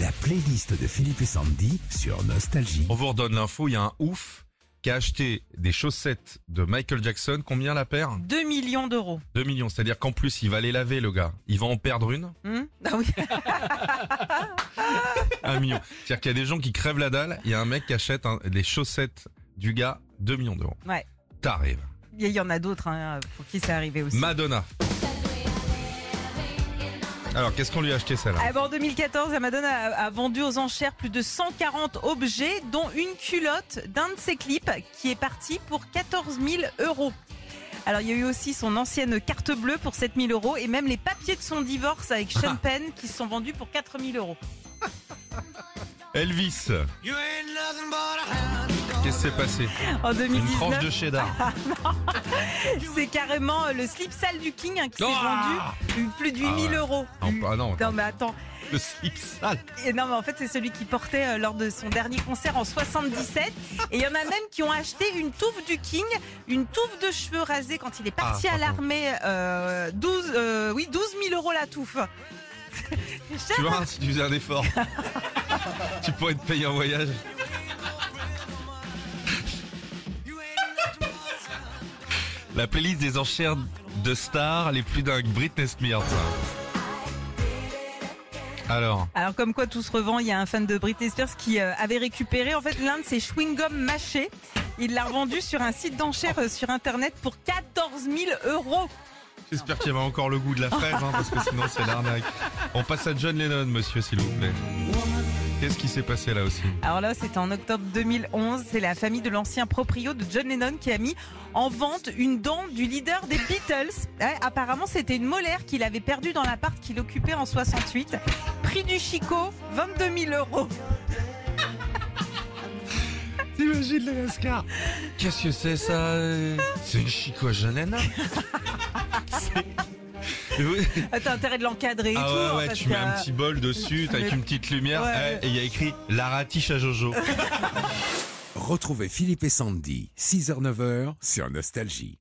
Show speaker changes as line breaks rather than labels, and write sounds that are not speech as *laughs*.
la playlist de Philippe et Sandy sur Nostalgie.
On vous redonne l'info, il y a un ouf qui a acheté des chaussettes de Michael Jackson, combien la paire
2 millions d'euros.
2 millions, c'est-à-dire qu'en plus il va les laver le gars, il va en perdre une,
Hmm ah oui. *laughs*
1 *laughs* million. C'est-à-dire qu'il y a des gens qui crèvent la dalle, il y a un mec qui achète un- les chaussettes du gars, 2 millions d'euros.
Ouais.
T'arrives.
Il y en a d'autres hein, pour qui c'est arrivé aussi.
Madonna. Alors qu'est-ce qu'on lui a acheté celle-là
Ah bah, en 2014, la Madonna a, a vendu aux enchères plus de 140 objets, dont une culotte d'un de ses clips qui est partie pour 14 000 euros. Alors il y a eu aussi son ancienne carte bleue pour 7 000 euros et même les papiers de son divorce avec
Ah.
Sean Penn qui se sont vendus pour 4 000 euros.
Elvis. Qu'est-ce qui s'est passé
En
Une tranche
2019,
de cheddar.
c'est carrément euh, le slip sale du King hein, qui s'est
Ah
vendu plus de 8
Ah
000
ouais.
euros. Hmm.
Ah, on peut- ah non,
Non mais attends,
le slip sale.
Et non, mais en fait, c'est celui qui portait euh, lors de son dernier concert en 77. Et il y en a même qui ont acheté une touffe du King, une touffe de cheveux rasés quand il est parti
Ah,
à
pardon.
l'armée. euh, 12, euh, oui, 12 000 euros la touffe. *laughs*
Tu vois, si tu faisais un effort, tu pourrais te payer un voyage. La playlist des enchères de stars les plus dingues, Britney Spears. Alors,
Alors, comme quoi tout se revend, il y a un fan de Britney Spears qui euh, avait récupéré en fait l'un de ses chewing-gums mâchés. Il l'a revendu sur un site
Ah.
d'enchères euh, sur Internet pour 14 000 euros.
j'espère qu'il y avait encore le goût de la fraise, hein, parce que sinon c'est l'arnaque. On passe à John Lennon, monsieur, s'il vous plaît. Qu'est-ce qui s'est passé là aussi
Alors là, c'était en octobre 2011. C'est la famille de l'ancien proprio de John Lennon qui a mis en vente une dent du leader des Beatles. Ouais, apparemment, c'était une molaire qu'il avait perdue dans l'appart qu'il occupait en 68. Prix du chicot, 22 000 euros.
T'imagines le mascar Qu'est-ce que c'est ça euh C'est une chico
*laughs*
Janena
Ah, T'as intérêt de l'encadrer et
Ah
tout.
ouais,
hein,
ouais,
parce
tu mets
que,
un
euh,
petit bol dessus, t'as avec
Mais-
une petite lumière,
Ouais,
eh,
ouais.
et il y a écrit la ratiche à Jojo.
Retrouvez Philippe et Sandy, 6h-9h sur Nostalgie.